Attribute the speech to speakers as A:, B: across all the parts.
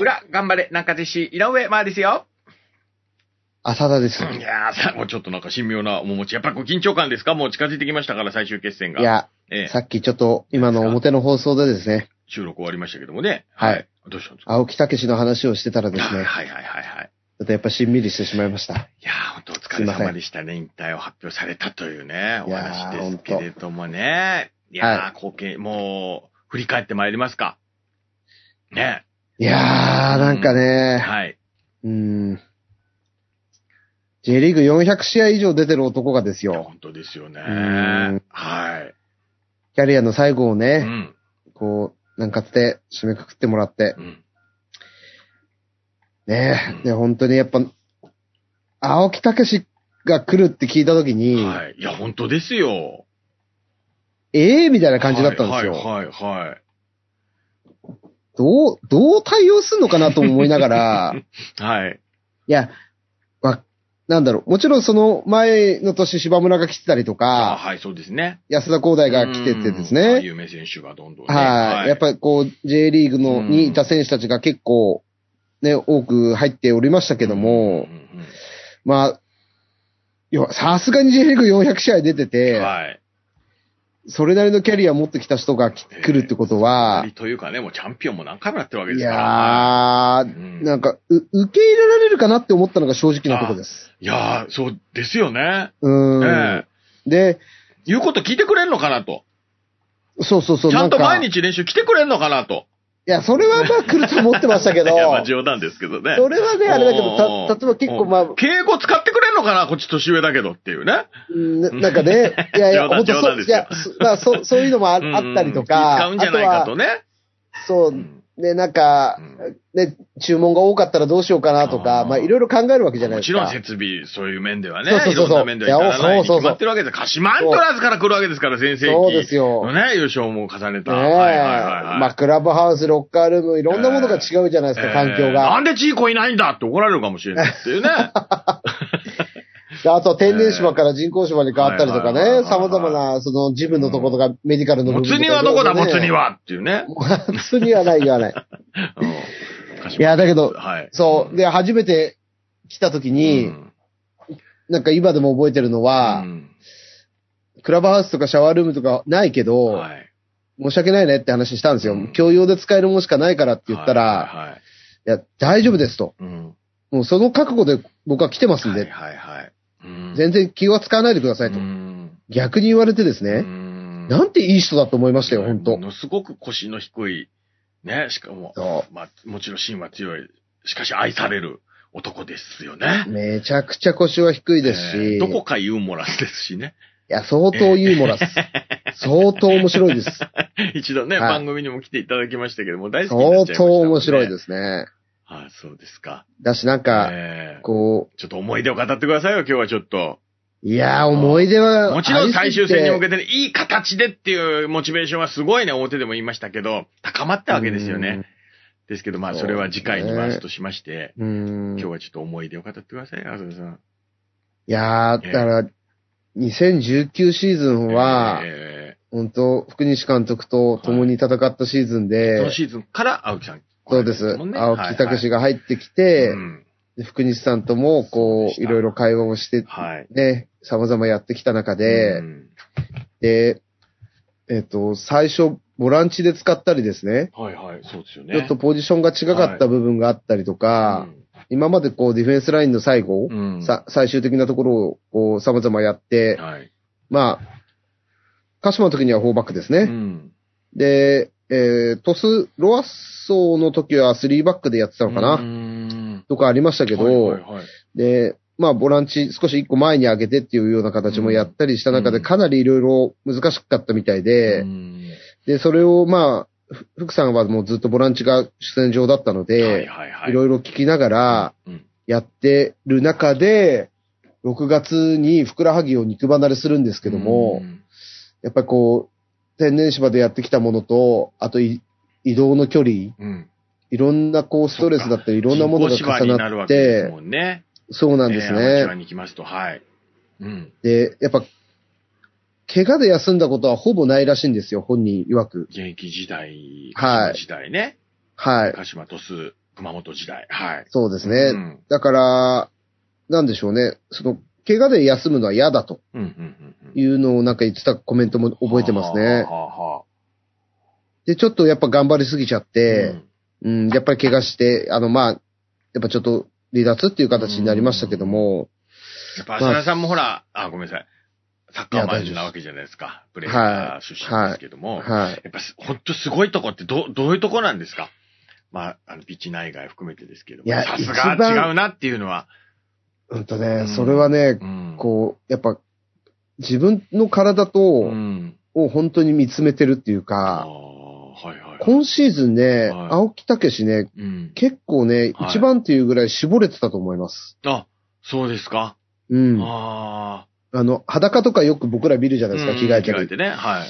A: 裏、頑張れ、中弟子、井上まあですよ。
B: 浅田です。
A: いやー、さもうちょっとなんか神妙な面持ち。やっぱこう緊張感ですかもう近づいてきましたから、最終決戦が。
B: い、や、
A: ええ
B: さっきちょっと今の表の放送でですね、
A: 収録終わりましたけどもね。
B: はい。
A: どうしたんですか
B: 青木武の話をしてたらです
A: はい
B: ね、
A: はいはいはい。
B: ちょっとやっぱしんみりしてしまいました。
A: いやー、本当お疲れ様でしたね。引退を発表されたというね、お話
B: いや
A: で
B: ー
A: すけれどもね。いやー、貢献、もう、振り返ってまいりますか。ね。
B: いやー、なんかね、
A: はい。
B: うん。J リーグ400試合以上出てる男がです
A: いや
B: よ、
A: 本当ですよね。
B: ん
A: はい。
B: キャリアの最後を
A: う
B: ね、
A: ん。
B: こう、なんかつって締めくくってもらって、
A: うん。
B: ね
A: うん
B: え、で、本当にやっぱ、青木武が来るって聞いた時に、
A: はい。いや、本当ですよ。
B: ええー、みたいな感じだったんですよ。
A: はい、はい、はい。
B: どう、どう対応するのかなと思いな がら、
A: はい。
B: いや、わ、なんだろう、もちろんその前の年芝村が来てたりと
A: あ
B: か、
A: はい、そうですね。
B: 安田光大が来ててです
A: うんはい
B: ね、
A: 有名選手がどんどんね。
B: はい、やっぱりこう、J リーグの
A: うん
B: にいた選手たちが結構、ね、多く入っておりましたけども、
A: うんうんうん
B: まあ、要はさすがに J リーグ400試合出てて、
A: はい。
B: それなりのキャリア持ってきた人がき来るってことは、
A: というかね、もうチャンピオンも何回もやってるわけで
B: い
A: すから。
B: や
A: う
B: ー、
A: ん
B: なんか、う受け入れられるかなって思ったのが正直なとこです。
A: いやー、そうですよね。
B: う
A: え
B: ーん
A: え。。
B: で、
A: 言うこと聞いてくれんのかなと。
B: そうそうそう。
A: ちゃんと
B: なか
A: 毎日練習来てくれんのかなと。
B: いや、それはまあ来ると思ってましたけど
A: い、や、まあ冗談ですけどね。
B: それはね、あれだけど、
A: おー
B: た、例えば結構まあ、う
A: 敬語使ってくれんのかなこっち年上だけどっていうね。
B: んななんかね、いやいや、
A: 冗談
B: 本当
A: 冗
B: そ
A: 談
B: う、
A: で
B: い
A: すよ
B: や、そまあそう、そういうのもあ
A: うん
B: あったりと
A: 使
B: か、
A: う
B: あ
A: んじゃ
B: と
A: ないかと
B: は、
A: ね。
B: そうう、
A: ん
B: ね、なんか
A: う、
B: ね、注文が多かったらどうしようかなと
A: あ
B: か、
A: ー
B: まあいろいろ考えるわけじゃない
A: も
B: で
A: ち
B: す
A: ろん
B: か。
A: 設備、そういう面ではね、
B: そうそうそう
A: い
B: そう
A: ろんな面ではいからないに
B: いやそうそうそう
A: 決まってるわけです。鹿島アントラーズから来るわけですから、先生
B: そうですよ。
A: の
B: ね
A: ね、優勝も重ね
B: え。
A: た。はいはいはいはい。
B: まあ、クラブハウス、ロッカールーム、いろんなものが違うじゃないですか、環境
A: えーな
B: が。
A: んでジーコいないんだって怒られるかもしれないっていうね。
B: であとは天然芝から人工芝に変わったりとか
A: はいはいはい
B: ね、
A: はい
B: 様々な、その、ジムのとことか、メディカルの部
A: も
B: 分と
A: つ
B: か
A: 煮はどこだ、
B: いろ
A: も
B: いろ
A: つ
B: ね
A: 煮はっていう ね。
B: 普通にはない、言 わない。
A: うん
B: いやだけど
A: はい。
B: そう。で、初めて来た時
A: うん、
B: に、なんか今でも覚えてるのは、
A: うん
B: クラブハウスとかシャワールームとかないけど、
A: はい。
B: 申し訳ないねって話したんですよ。
A: うん
B: 共用で使えるものしかないからって言ったら、
A: はいはいはい
B: いや、大丈夫ですと。
A: うん。
B: もうその覚悟で僕は来てますんで、
A: はいはいはい。うん
B: 全然気は使わないでくださいと。
A: うん
B: 逆に言われてです
A: う
B: ね、
A: ん
B: なんていい人だと思いましたよ、本
A: も
B: 当
A: のすごく腰の低い、ね、しかも、
B: そ
A: まあ、もちろん芯は強い、しかし愛される男ですよね
B: う。。めちゃくちゃ腰は低いですし、
A: えーどこかユーモラスですしね。
B: いや、相当ユーモラス。相当面白い です。
A: 一度ね、
B: はい
A: 番組にも来ていただきましたけども、大好きにな
B: 相
A: っちゃいましたも
B: 当
A: んね、。
B: 面白いですすね。
A: ああそうですか。
B: だしなんか、
A: ええ
B: こ
A: ちょっと思い出を語ってくださいよ、今日はちょっと。
B: う、いやー、思い出は、
A: もちろん最終戦に向
B: け
A: けてね、いい形でっていうモチベーションはすごいね、表でも言いましたけど、高まったわけですよね。。ですけど、まあ、それは次回に回すとしまして、
B: うん。うん
A: 今日はちょっと思い出を語ってくださいよ、浅田さん。
B: いやー、だから、2019シーズンは、
A: え
B: 本当福西監督と共に戦ったシーズン
A: ー
B: で、
A: このシーズンから青木さん、
B: そうです。
A: もんね
B: 青木
A: はいは
B: 武
A: い
B: が入ってきて
A: う、ん
B: で福西さんとも、
A: そうで
B: こ
A: し
B: う、
A: た
B: いろいろ会話をして、
A: はい。
B: ね、様々やってきた中
A: う
B: で、
A: ん
B: で、えっと、最初、ボランチで使ったりですね、
A: はいはい、そうですよね。
B: ちょっとポジションが違かった部分があったりとか、今までこうディフェンスラインの最後、
A: うん、うん
B: さ最終的なところをこう様々やって、
A: はい。
B: まあ、鹿島の時にはフォーバックです
A: う
B: ね。
A: ん。
B: で、えー、トス、ロアッソーの時は3バックでやってたのかな、
A: うん
B: とかありましたけど、
A: はいはいはい
B: で、まあボランチ少し一個前に上げてっていうような形もやったりした中
A: う
B: で
A: ん
B: かなりいろいろ難しかったみたいで、
A: うん
B: で、それをまあ、ふ福さんはもうずっとボランチが主戦場だったので、
A: はい
B: い
A: はいはい。
B: ろいろ聞きながら、
A: うん
B: やってる中で、6月にふくらはぎを肉離れするんですけども、
A: うん
B: やっぱりこう、天然芝でやってきたものと、あとい移動の距離、
A: うん。
B: いろんなこうストレスだったり、いろんなものが
A: 人工芝に
B: 重
A: なる
B: な
A: わ
B: っ
A: けです
B: て、
A: もんね。
B: そうなんです
A: えーアマチュア
B: ね。
A: に行きますと、はい。うん。
B: で、やっぱ、怪我で休んだことはほぼないらしいんですよ、本人曰く。
A: 現役時代、
B: はい
A: 鹿島時代ね。
B: はい。
A: 鹿島鳥栖、熊本時代。はい。
B: そうですね。
A: うん。
B: だから、なんでしょうね。その、怪我で休むのは嫌だと
A: うん、うん、うん。
B: いうのをなんか言ってたコメントも覚えてますね
A: は。あはあはあ
B: で、ちょっとやっぱ頑張りすぎちゃって、うん、やっぱり怪我して、あの、まあ、やっぱちょっと離脱っていう形になりましたけども、
A: やっぱ、浅田さんもほら、あ、ごめんなさい。サッカーマンなわけじゃないですか。プレイヤー出身ですけども。
B: はい。
A: やっぱ、ほんとすごいとこって、ど、どういうとこなんですかまあ、あの、ピッチ内外含めてですけども。
B: いや
A: さす
B: 一番
A: が違うなっていうのは。
B: うんと
A: う
B: ね
A: ん、
B: それはね、
A: うん。
B: こう、やっぱ、自分の体と、
A: う。ん。
B: を本当に見つめてるっていう
A: ああ、
B: か、
A: はいはい。
B: 今シーズンね、
A: はい
B: 青木武しね、
A: うん。
B: 結構ね、
A: はい
B: 一番っていうぐらい絞れてたと思います。
A: あ、そうですか。
B: うん。
A: あ
B: あの、裸とかよく僕ら見るじゃ
A: あ。
B: ないですか、
A: うん
B: 着替えて
A: 着替え
B: る。
A: てね。はい。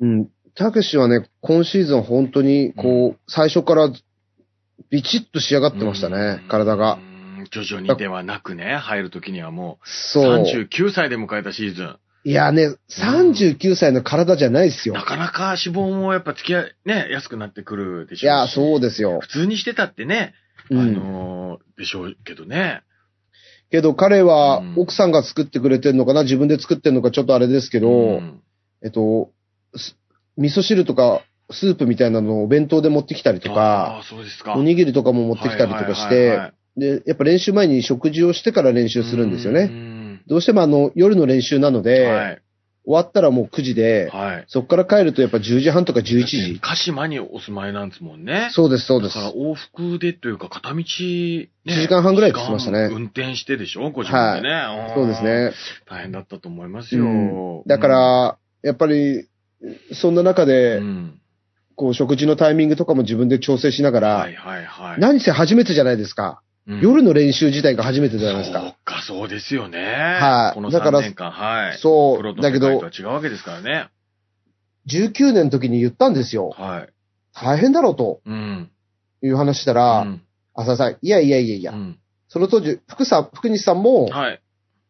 B: うん。たけしはね、今シーズン本当に、こう、最初からビチッと仕上がってましたね
A: う、ん
B: 体が。。
A: うん徐々にではなくね、入るときにはもう、
B: そう。
A: 39歳で迎えたシーズン。
B: いやね、39歳の体じゃないですよ。
A: なかなか脂肪もやっぱ付き合い、ね、安くなってくるでし
B: い
A: ょ
B: や、
A: うし。
B: そうですよ
A: 普。通にしてたってね、
B: う
A: あ
B: ん。
A: のーでしょうけどね。
B: けど彼は
A: うん
B: 奥さんが作ってくれてるのかな、自分で作ってるのかちょっとあれですけど、
A: ん
B: えっと、す味噌汁とかスープみたいなのをお弁当で持ってきたりと
A: あ
B: か、
A: あ、そうですか。
B: おにぎりとかも持ってきたりとかし
A: はいはいはいは
B: て、
A: い
B: で、やっぱ練習前に食事をしてから練習するんですよ
A: う
B: ね。
A: ん
B: どうしてもあの、夜の練習なので、
A: はい。
B: 終わったらもう9時で、
A: はい。
B: そこから帰るとやっぱ10時半とか11時。
A: 鹿島にお住まいなんですもんね。
B: そうです、そうです
A: だ。から往復でというか、片道、ね、1
B: 一時間半ぐらいかけましたね
A: 運転してでしょご自分でね、ん
B: そうです。ね。
A: 大変だったと思いますよ。
B: うんだから、やっぱり、そんな中
A: う
B: で、
A: ん、
B: こう、食事のタイミングとかも自分で調整しながら、
A: はいはいはい。
B: 何せ初めてじゃないですか。
A: うん
B: 夜の練習自体が初めてじゃないですか。
A: そうか、そうですよね。
B: はい
A: この
B: だから
A: 3年間、はい。
B: そ
A: プロ
B: う。
A: と世
B: だけ
A: 界と
B: ど
A: は、違うわけですからね。
B: 19年の時に言ったんですよ。
A: はい。
B: 大変だろうと
A: うん。
B: いう話したら、
A: うん
B: 浅田さん、いやいやいやいや、
A: うん
B: その当時、福さん、福西さんも、
A: はい。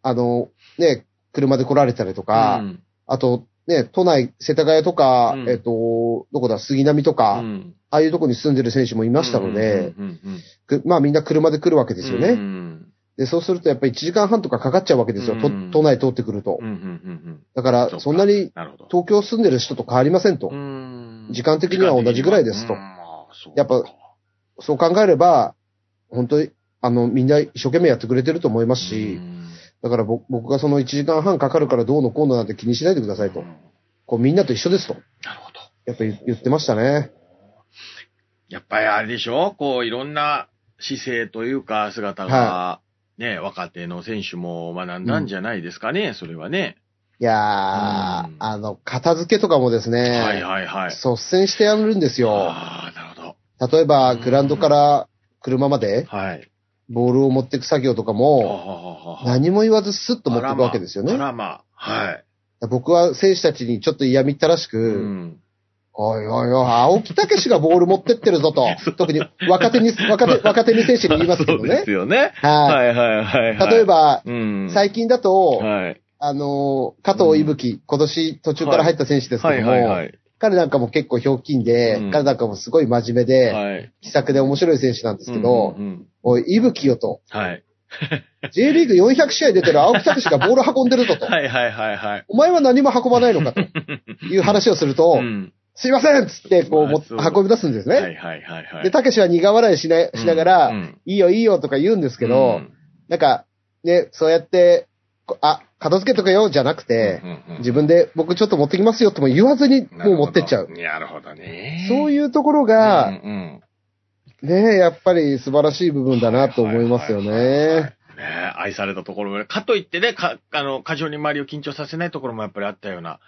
B: あの、ね、車で来られたりとか、
A: うん
B: あと、ね、都内、世田谷とか、
A: うん
B: えっと、どこだ、杉並とか、
A: うん
B: ああいうとこに住んでる選手もいましたので、
A: うんうんうんうん
B: くまあみんな車で来るわけですよね。
A: うん
B: で、そうするとやっぱり1時間半とかかかっちゃうわけですよ、と
A: うん
B: 都内通ってくると
A: うんうん。うん
B: だか
A: そう
B: ら、
A: か
B: そんなに
A: なるほど。
B: 東京住んでる人と変わりませんと。
A: うん
B: 時間的には同じぐらいですと
A: うんああそうか
B: やっぱそう考えれば、本当に、あの、みんな一生懸命やってくれてると思いますし、
A: うん
B: だから僕僕がその1時間半かかるからどうのこうのなんて気にしないでくださいと
A: う。ん
B: こうみんなと一緒ですと。
A: なるほど。
B: やっぱ言言ってましたね。
A: やっぱりあれでしょこう、いろんな姿勢というか、姿が
B: は、
A: ね、若手の選手も学んだんじゃないですかね、それはね。
B: いやー、
A: うん
B: あの、片付けとかもですね、
A: はいはいはい。
B: 率先してやるんですよ。
A: ああ、なるほど。
B: 例えば、グラウンドから車まで
A: はい。
B: ボールを持っていく作業とか
A: は
B: も、
A: ははは
B: 何も言わずスッと持っていくわけですよ
A: あ
B: ね。
A: らまあらまあ、はい。
B: 僕は選手たちにちょっと嫌みったらしく、
A: うん。
B: おいおいおい、青木武がボール持ってって るぞと、特に若手に、若手、若手に選手に言いますけ
A: そ
B: ど
A: うで
B: ね
A: す。よね。
B: は
A: はいはいはい
B: い。
A: はい。
B: 例え、ば、
A: うん。
B: 最近だと、
A: はい。
B: あのー、加藤伊吹、今年途中から入った選手ですけ
A: は
B: ど
A: い
B: も、
A: はいはい。
B: 彼なんかも結構ひょうきんで、
A: うん
B: 彼なんかもすごい真面目で、
A: はい。
B: 気さくで面白い選手なんですけど、
A: うんうんうん
B: おい、伊吹よと、
A: はい。
B: J リーグ400試合出てる青木武がボール運んでるぞと、
A: はいはいはいはい。
B: お前は何も運ばない のかという話をすると、
A: ん。
B: すいませんっつって、こう、
A: ま
B: も
A: あそう
B: 運び出すんですね。
A: はいはいはいはい。
B: で、たけしは苦笑いしなしながら、
A: うんうん
B: いいよいいよとか言うんですけ
A: う
B: ど、
A: ん
B: なんか、ね、そうやって、こあ、片付けとけよじゃなくて、
A: うんうん
B: 自分で僕ちょっと持ってきますよとも言わずにもう持ってっちゃう。
A: なるほどね。
B: そう
A: う
B: いうところ
A: ん
B: が、
A: うん
B: ね、やっぱり素晴らしい部分だなと思いますよ
A: はいはいはいはい
B: ね。
A: ねえ愛されたところも、かといってね、か、あの、過剰に周りを緊張させないところもやっぱりあったような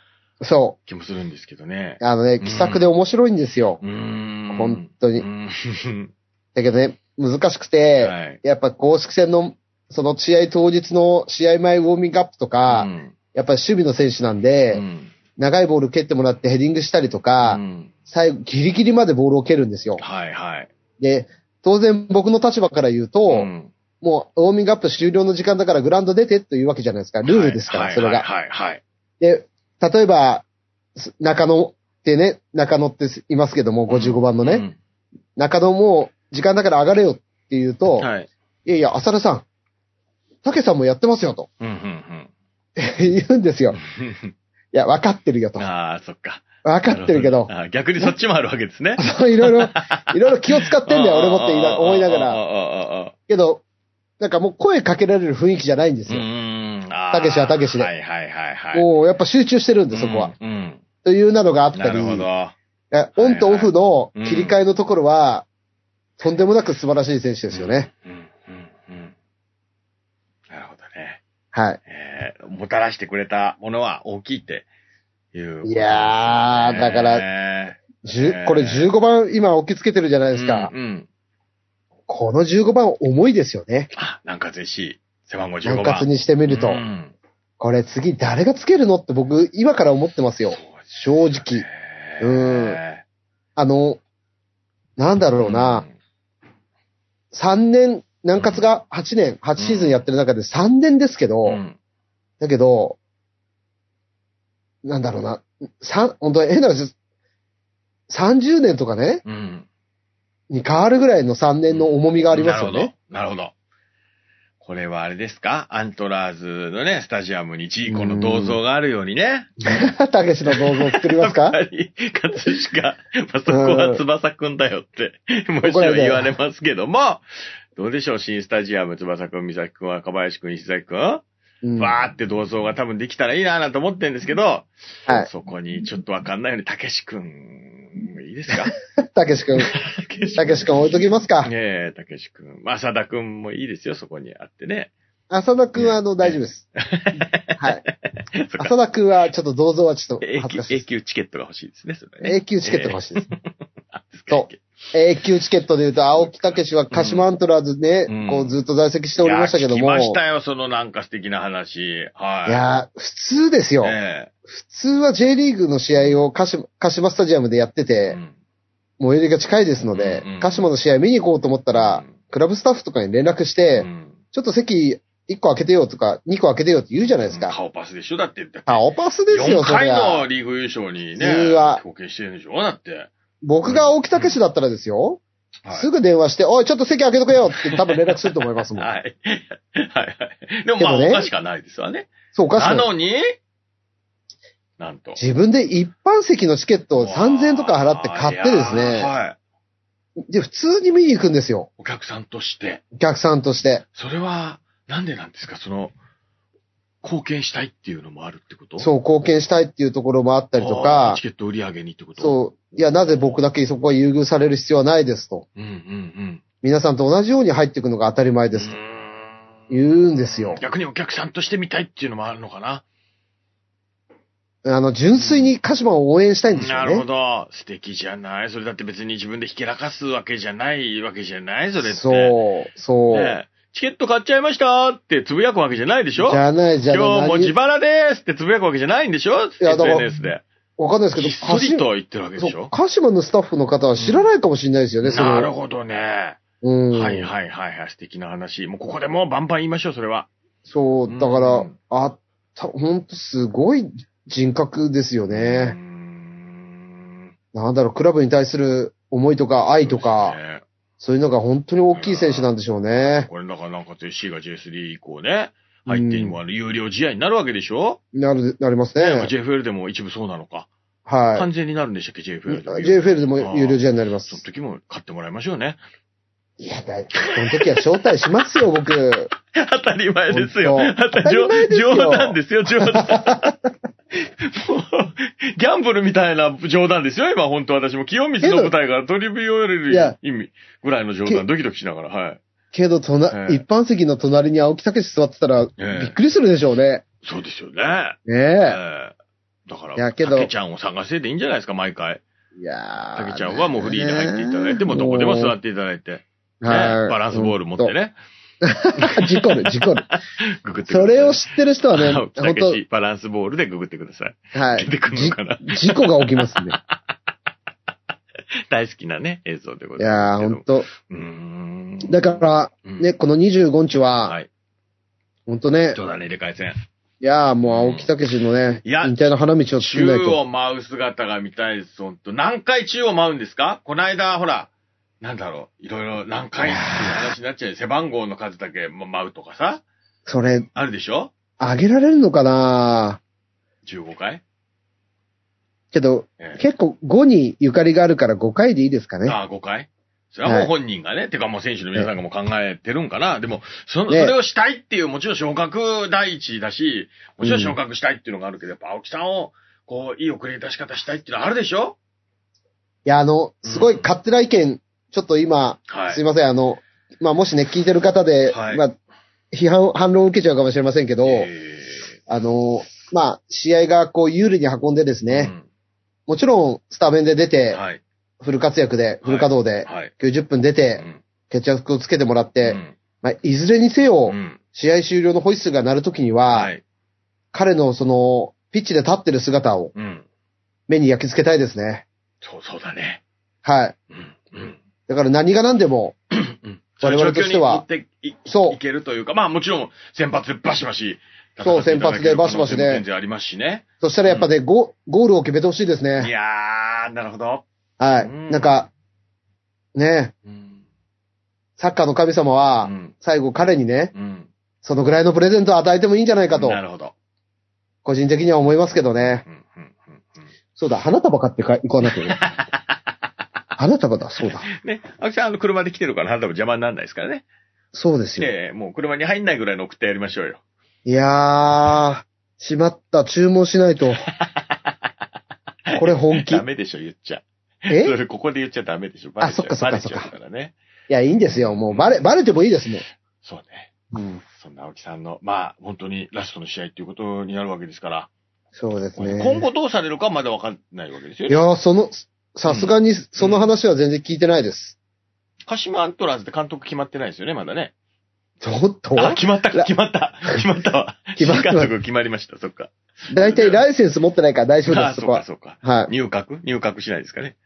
B: そ
A: 気もするんですけどね。
B: う。あのね、気さくで面白いんですよ。
A: うーん。
B: 本当に
A: うん。
B: だけどね、難しくて、
A: はい
B: やっぱ公式戦の、その試合当日の試合前ウォーミングアップとか、
A: うん
B: やっぱり守備の選手なんで、
A: うん
B: 長いボール蹴ってもらってヘディングしたりとか、
A: うん
B: 最後、ギリギリまでボールを蹴るんですよ。
A: はいはい。
B: で、当然僕の立場から言うと、
A: うん
B: もうウォーミングアップ終了の時間だからグラウンド出てというわけじゃないですか。ルールですから、
A: はい
B: それが。
A: はいはい
B: で、例えば、す中野ってね、中野っていますけども、
A: はい。
B: 55番のね、
A: うん。
B: 中野も時間だから上がれよってって言うと、い、
A: はい。
B: やいや、浅田さん、竹さんもやってますよと
A: うん、うん、
B: 言うんですよ。いや、わかってるよ
A: う
B: と
A: ん。。ああ、そっか。
B: わかってるけど、
A: あー逆にそっちもあるわけです ね。
B: そういろいろ、いろいろ気を使っ てんだよ、俺もって言いな思いなが
A: あー
B: ら。
A: あー、あーあー、あ
B: けど、なんかもう声かけられる雰囲気じゃないんです
A: ーう
B: よ。
A: ーん。
B: たけしはたけしで
A: はい、はい、はい、はい。
B: もうやっぱ集中してるんで、そこは。
A: うん。うん
B: というなどがあった
A: な
B: り
A: る、ほど。
B: えオンとオフの
A: はいはい
B: 切り替えのところは、とんでもなく素晴らしい選手ですよね。
A: うん。うん、うん、うん。なるほどね。
B: はい。
A: えー、もたらしてくれたものは大きいっていう、
B: いやーだから
A: ら、
B: じゅ
A: えー
B: これ15番、今置きつけてるじゃないですか
A: う。ん、うん。
B: この15番重いですよね。
A: あ、なんかぜしい。背番号15
B: 分
A: 番。
B: 割にしてみると
A: う。ん
B: これ次誰がつけるのって僕、今から思ってますよ。正直。うん
A: へ
B: あの、なんだ
A: ー
B: ろうな。。3年、南葛が8年、8シーズンやってる中で3年ですけど、
A: うん。
B: だけど、なんだろうな、三、本当に変な話、30年とかね、
A: うん。
B: に変わるぐらいの3年の重みがありますよね。
A: なるほど。なるほど。これはあれですかアントラーズのね、スタジアムにジーコの銅像があるようにね。
B: たけしの銅像を作りま す
A: やっ
B: か
A: ぱり、葛飾、まあ、そこは翼くんだよって、もちろん言われますけども、どうでしょう新スタジアム、翼くん、三崎くん、若林くん、石崎くん、わ
B: うん
A: ーって銅像が多分できたらいいなぁなんて思ってるんですけど、
B: はい。
A: そこにちょっとわかんないように、たけしくん、いいですか
B: たけしくん、
A: たけし
B: たけしくん置いときますか。
A: ねえ、たけしくん。まあ、浅田くんもいいですよ、そこにあってね。
B: 浅田くんはあの、大丈夫です。はい。
A: そっか
B: 浅田くんはちょっと銅像はちょっと
A: 永
B: 恥
A: 久
B: ずかしい
A: 永
B: です。
A: 久チケットが欲しいですね、それね。
B: 永久チケットが欲しいです。
A: あですか
B: そ永久チケットで言うと、青木たけしは鹿島アントラーズね、
A: うん
B: こうずっと在籍しておりましたけど
A: い
B: も。
A: や聞きましたよ、そのなんか素敵な話。はい。
B: いやー普通ですよ。
A: え
B: 普通は J リーグの試合を鹿島鹿島スタジアムでやって
A: え
B: て、最寄りが近いですので、
A: うんうん
B: 鹿島の試合見に行こうと思ったら、クラブスタッフとかに連絡し
A: う
B: て、
A: ん
B: ちょっと席1個開けてよとか、2個開けてよって言うじゃないですか。
A: 顔パスでしょだって。
B: あ、オパスですよ、
A: 4
B: そ
A: 回
B: りゃ
A: の。リーグ優勝に
B: う
A: ね
B: わ、
A: 貢献してるんでしょだって。
B: 僕が青木たけしだったらですよ、
A: はい
B: すぐ電話して、おい、ちょっと席開けとけよって多分連絡すると思いますも ん。
A: はい。はいはい。でもまあ、
B: でもね
A: おかしかないですわね。
B: そう、おかし
A: な
B: くない。
A: のに、なんと。
B: 自分で一般席のチケットを3000円とか払って買ってで
A: い
B: す
A: やー
B: ね、
A: はい。
B: で、普通に見に行くんですよ。
A: お客さんとして。
B: お客さんとして。
A: それは、なんでなんですかその、貢献したいっていうのもあるってこと
B: そう、貢献したいっていうところもあったりと
A: あー
B: か
A: チ、ケット売り上げにってことう。
B: そう、いや、なぜ僕だけそこは優遇される必要はないですと。
A: うんうんうん。
B: 皆さんと同じように入っていくのが当たり前です
A: う
B: と
A: ーん
B: 言うんですよ。
A: 逆にお客さんとして見たいっていうのもあるのかな。
B: あの、純粋に鹿島を応援したいんです
A: な
B: よ
A: るほ
B: ね。
A: ど。素敵じゃない。それだって別に自分でひけらかすわけじゃないわけじゃない、それって。
B: そう、そう。
A: ねえチケット買っちゃいましたってつぶやくわけじゃないでし
B: じ
A: ょ
B: ゃない、じゃ
A: 今
B: な
A: 日
B: い。
A: も自
B: 何
A: 腹ですってつぶやくわけじゃないんでしょ
B: やだから
A: ?SNS で。
B: わかんないですけ
A: ひ
B: ど
A: っ、そりと言ってるわけでし
B: そう
A: ょ
B: 鹿島のスタッフの方は知らないかもしれないですよね、それを
A: なるほどね。
B: うん。
A: はいはいはいはい。素敵な話。もうここでもうバンバン言いましょう、それは。
B: そう、だから、
A: うん
B: あった、ほんとすごい人格ですよ
A: うー
B: ね。
A: ん。
B: なんだろう、クラブに対する思いとか愛
A: そ
B: と
A: う
B: か、
A: ですね
B: そういうのが本当に大きい選手なんでしょうね。
A: これだからなんか JC が J3 以降ね、入って今、有料試合になるわけでしょ、
B: なる、なります
A: まあ
B: ね。
A: ?JFL でも一部そうなのか。
B: は
A: 完全になるんでしたっけ ?JFL でも。
B: い。JFL でも有料試合になりま
A: その
B: す。
A: 時も買ってもらいましょうね。
B: いや、だい、その時は招待しますよ、僕。
A: 当たり前ですよ。
B: 本当
A: 当たり
B: 当たり前ですよ
A: 冗談ですよ、冗談。もう、ギャンブルみたいな冗談ですよ、今、本当私も。清水の舞台から取り寄れ
B: いや
A: る意味ぐらいの冗
B: け
A: 談、ドキドキしながら、はい。
B: けど、とな、
A: ええ
B: 一般席の隣に青木武史座ってたら、
A: ええ
B: びっくりするでしょうね。
A: そうですよね。え
B: ねえ。
A: えだから、
B: いやけど
A: たけちゃんを探せでいいんじゃないですか、毎回。
B: いや
A: たけちゃんはもうフリーで入っていただいて、もうどこでも座っていただいて、ね、
B: て
A: バランスボール持って。ね、
B: 事故る、事 故る。
A: ググってくださ
B: そ
A: い。
B: れを知ってる人はね、
A: 青
B: 本
A: 木たけ
B: 当
A: し、バランスボールでググってください。
B: は
A: 出てくるのかな。
B: い。じ事故が起きますね。
A: 大好きなね、映像でご
B: い
A: ざいま
B: や
A: す
B: ー、
A: けど。
B: 本当
A: うーん。、
B: だからら、ね、この25日は、
A: はい。
B: 本当ね、
A: そうだね、入れ替え戦。
B: いやー、もう青木たけしのね、
A: い
B: 引
A: や
B: 退の花道を作んない
A: 宙を
B: と。
A: 舞う姿が見たいです、ほんと。何回宙を舞うんですかこの間、ほら、なんだろう、いろいろ何回っていう話になっちゃう。背番号の数だけま舞うとかさ、
B: それ、
A: あるでしょ
B: あげられるのかな
A: ?15 回
B: けど、
A: え
B: 結構5にゆかりがあるから5回でいいですか
A: え
B: ね。
A: ああ、5回それはもう本人がね、てかもう選手の皆さんがもう考えてるんかな。でも、その、
B: ね
A: それをしたいっていう、もちろん昇格第一だし、もちろん昇格したいっていうのがあるけど、やっぱ青木さんを、こう、いい送り出し方したいっていうのはあるでしょ
B: いや、あの、すご
A: う
B: い
A: ん
B: 勝手な意見、ちょっと今、
A: はい
B: すいません、あの、まあ、もしね、聞いてる方で、
A: はい
B: まあ、批判、反論を受けちゃうかもしれませんけど、
A: え
B: あの、まあ、試合がこう、有利に運んでです
A: え
B: ね、もちろん、スタメンで出
A: う
B: て
A: ん、はい。
B: フル活躍で、フル稼働で、
A: はい。
B: 90分出
A: う
B: て、
A: ん
B: 決着をつけてもらって、
A: うん
B: まあ、いずれにせよ、
A: うん
B: 試合終了のホイッスルが鳴るときには、
A: はい。
B: 彼のその、ピッチで立ってる姿を
A: うん。
B: 目に焼き付けたいですね。
A: そう、そうだね。
B: はい。
A: うん。うん。
B: だから何が何でも、
A: うん
B: 我々としては
A: そういう状況に持ってい
B: そう
A: いけるというか、まあもちろん先発でバシバシ。
B: そう先発でバシバシで
A: 戦っていただける可能性も全然ありますしね。
B: そしたらやっぱね、ゴゴールを決めてほしいです
A: い
B: ね。
A: やー、なるほど。
B: は
A: う
B: い。
A: ん
B: なんか、ね
A: うん。
B: サッカーの神様
A: う
B: は、
A: ん。
B: 最後彼にね、
A: うん。
B: そのぐらいのプレゼントを与えてもいいんじゃないかと、
A: なるほど。
B: 個人的には思いますけどね。
A: うん。うん。うんうん
B: そうだ、花束買ってか行かな きゃいけない。花束だ、そうだ。
A: ね、青木さん、あの、車で来てるから、あなたも邪魔にならないですからね。
B: そうですよ。
A: ええ、もう車に入んないぐらいの送ってやりましょうよ。
B: いやー、しまった、注文しないと。これ本気
A: ダ。メでしょ、言っちゃ。そ
B: え
A: れ、ここで言っちゃダメでしょ。バレちゃう
B: あそっかそっか
A: バレちゃうからね。
B: いや、いいんですよ。もうバレ、バレてもいいですね。
A: そうね。
B: うん。
A: そんな青木さんの、まあ、本当にラストの試合っていうことになるわけですから、
B: そうですね。
A: 今後どうされるかまだわかんないわけですよ
B: い
A: ね。
B: やー、その、さすがに、その話は全然聞いてないです。
A: 鹿島アントラーズって監督決まってないですよね、まだね。
B: ちょっと
A: あ、決まったか、
B: ら
A: 決まった。決まったわ。
B: 決まった
A: 新監督決まりました、そっか。
B: だいたいライセンス持ってないから大丈夫
A: あ
B: で
A: あ、
B: す、そ
A: そっ
B: こ
A: か、
B: は。
A: そっか。
B: はい。
A: 入閣入閣しないですかね。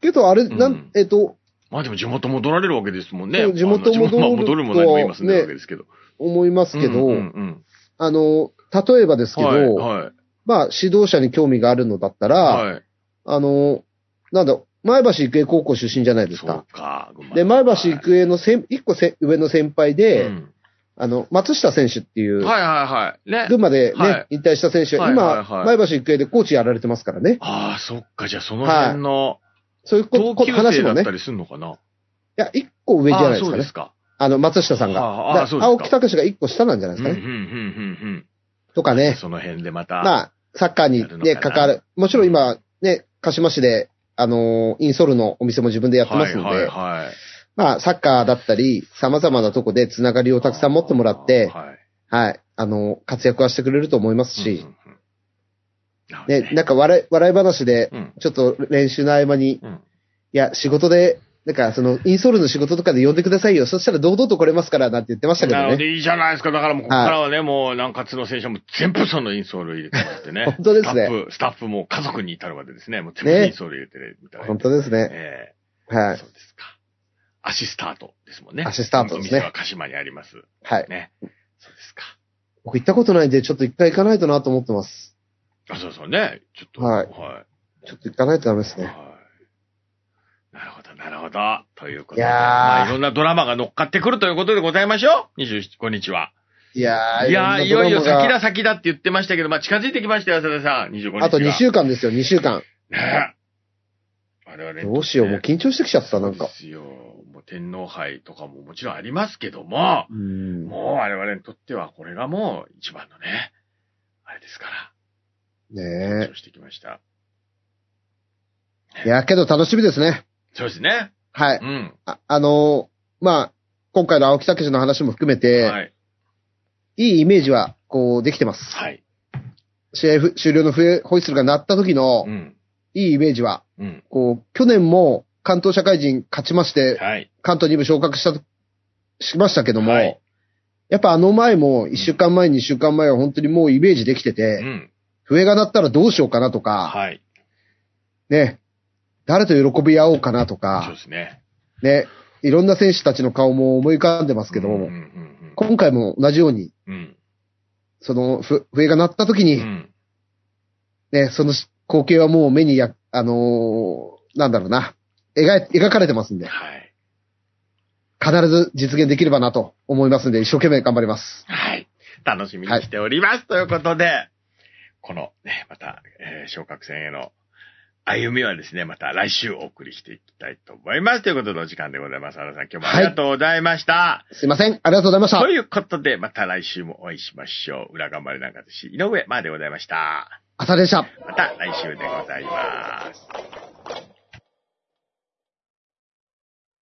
B: けど、あれ、な
A: うん
B: ん、えっと、
A: まあでも地元戻られるわけですもん
B: そ
A: ね。
B: う地元
A: あの
B: 戻る
A: まあ戻るも何も今住んでる
B: ね
A: わけですけど。
B: 思いますけ
A: うんう
B: ど、
A: ん
B: あの、例えばです
A: う
B: け
A: ん。はい、
B: ど、
A: はい。
B: まあ、指導者に興味があるのだったら、
A: はい。
B: あの、なんだ、前橋育英高校出身じゃないです
A: そ
B: か
A: う。か。群馬
B: で、前橋育英の先、一個せ上の先輩
A: う
B: で、
A: ん
B: あの、松下選手っていう、
A: はいはいはい。ね
B: 群。馬で
A: はい
B: ね、引退した選手が、
A: はい
B: 今
A: はいは、い
B: 前橋育英でコーチやられてますからね。
A: ああ、そっか。じゃあその辺の
B: そういうこ
A: 同
B: こ
A: 級
B: 話
A: 生だっ
B: もね
A: た。りするのかな。
B: いや、一個上じゃないで
A: ああ
B: す
A: そ
B: か
A: うで
B: ね
A: す。か。
B: あの、松下さんが。
A: ああああ
B: だ
A: そうですか
B: 青木拓が一個下なんじゃな
A: う
B: い
A: ん
B: で
A: うん
B: す
A: うん
B: か
A: う
B: ね。
A: ん
B: とか
A: うん。
B: ね。
A: その辺でまた。
B: まあ、サッカーに
A: やるのか
B: ね、
A: な
B: 関わる。もちろん今、ね、鹿島市で、あのーインソールのお店も自分でやってますの
A: はいはい
B: で、
A: はい。
B: まあ、サッカーだったり、様々なとこでつながりをたくさん持ってもらって、
A: はい
B: はい、あのー活躍はしてくれると思いますし
A: う、んうんうん
B: ね、なんか笑い、笑い話で、
A: うん
B: ちょっと練習の合間に、い
A: うん
B: や、仕事で、なんか、その、インソールの仕事とかで呼んでくださいよ。そしたら堂々と来れますから、なんて言ってましたけど
A: なの
B: ね。
A: でいいじゃないですか。だからもうここからはね、もうなんか角選手はもう全部そのインソール入れてもらってね。
B: 本当です
A: スタ
B: ね
A: ッフ、スタッフも家族に至るまでですね。もう全部インソール入れてるみたいな。
B: 本当ですね。
A: ええ
B: はい
A: そ。うですか。アシスタートですもんね。
B: アシスタートですね
A: お店は鹿島にあります。そうで
B: はい。
A: すか。
B: 僕行ったことないんで、ちょっと一回行かないとなと思ってます。
A: あ、そうそうね。ちょっと。
B: はい
A: は
B: ちょっと行かないとダメです
A: い。
B: ね。
A: はいなるほど、なるほど。ということで。
B: いやー
A: まあ、いろんなドラマが乗っかってくるということでございましょう。25日は。
B: いやー、
A: いやー、い
B: ろん
A: よ
B: ないド
A: よ
B: ラマ
A: 先
B: が
A: だ先だって言ってましたけど、まあ、近づいてきましたよ、浅田さん。25日は。
B: あと2週間ですよ、2週間。
A: ねえ。我々にとって
B: どうしよう、もう緊張してきちゃった、なん
A: そう
B: か
A: で。すよ。もう天皇杯とかももちろんありますけども、
B: うん。
A: もう我々にとってはこれがもう一番のね、あれですか
B: ね
A: ら、緊張してきました。
B: え。いやー、けど楽しみですね。
A: そうですね。。
B: はいう
A: ん。
B: ああのーまあ、今回の青木武の話も含めて、
A: はい。
B: いいイメージは、こう、できてます。
A: はい。
B: 試合ふ終了の笛ホイッスルが鳴った時の
A: う、ん。
B: いいイメージは、
A: うん。
B: こう、去年も関東社会人勝ちまして、
A: はい。
B: 関東2部昇格したと、しましたけども、
A: はい
B: やっぱあの前も、1週間前、2週間前は本当にもうイメージできて
A: う
B: て、
A: ん。
B: 笛が鳴ったらどうしようかなとか、
A: はい。
B: ね、誰と喜び合おうかなと
A: そう
B: か
A: で、すね。
B: ね、いろんな選手たちの顔も思い浮かんでますけど
A: うんう
B: も、
A: ん
B: 今回も同じように、
A: うん。うん。
B: そのふ笛が鳴った時
A: う
B: に、
A: ん。
B: ね、そのし光景はもう目にや、あのーなんだろうな、描い描かれてますんで、
A: はい。
B: 必ず実現できればなと思いますんで、一生懸命頑張ります。
A: はい。楽しみにしております。ということで、この、ね、また、えー昇格戦への歩みはですね、また来週お送りしていきたいと思います。ということで、お時間でございます。原さん、今日もありがとうございました。
B: すいません。ありがとうございました
A: と。いうことで、また来週もお会いしましょう。裏頑張れなんかですし、井上までございました。
B: 朝でした。
A: また来週でございます。